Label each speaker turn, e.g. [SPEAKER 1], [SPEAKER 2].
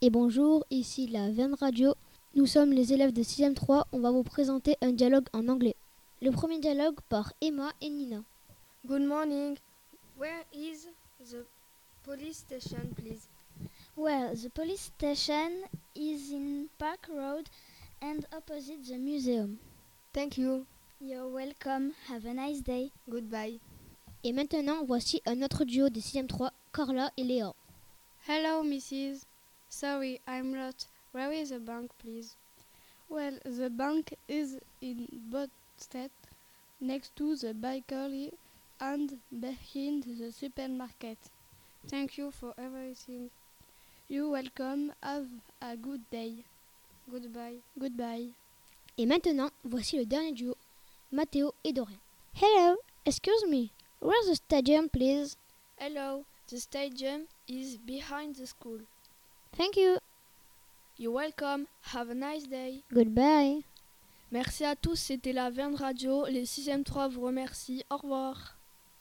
[SPEAKER 1] et bonjour, ici la Verne Radio. Nous sommes les élèves de 6ème 3, on va vous présenter un dialogue en anglais. Le premier dialogue par Emma et Nina.
[SPEAKER 2] Good morning. Where is the police station, please?
[SPEAKER 3] Well, the police station is in Park Road and opposite the museum.
[SPEAKER 2] Thank you.
[SPEAKER 3] You're welcome. Have a nice day.
[SPEAKER 2] Goodbye.
[SPEAKER 1] Et maintenant, voici un autre duo de 6ème 3, Carla et Léa.
[SPEAKER 4] Hello, Mrs. Sorry, I'm lost. Where is the bank, please? Well, the bank is in Bodstedt, next to the bakery and behind the supermarket. Thank you for everything. You're welcome. Have a good day. Goodbye. Goodbye.
[SPEAKER 1] Et maintenant, voici le dernier duo, Mathéo et Dorian.
[SPEAKER 5] Hello, excuse me. Where's the stadium, please?
[SPEAKER 6] Hello, the stadium is behind the school.
[SPEAKER 5] Thank you.
[SPEAKER 6] You're welcome. Have a nice day.
[SPEAKER 5] Goodbye.
[SPEAKER 6] Merci à tous, c'était la Verne Radio. Les 6e 3 vous remercient. Au revoir.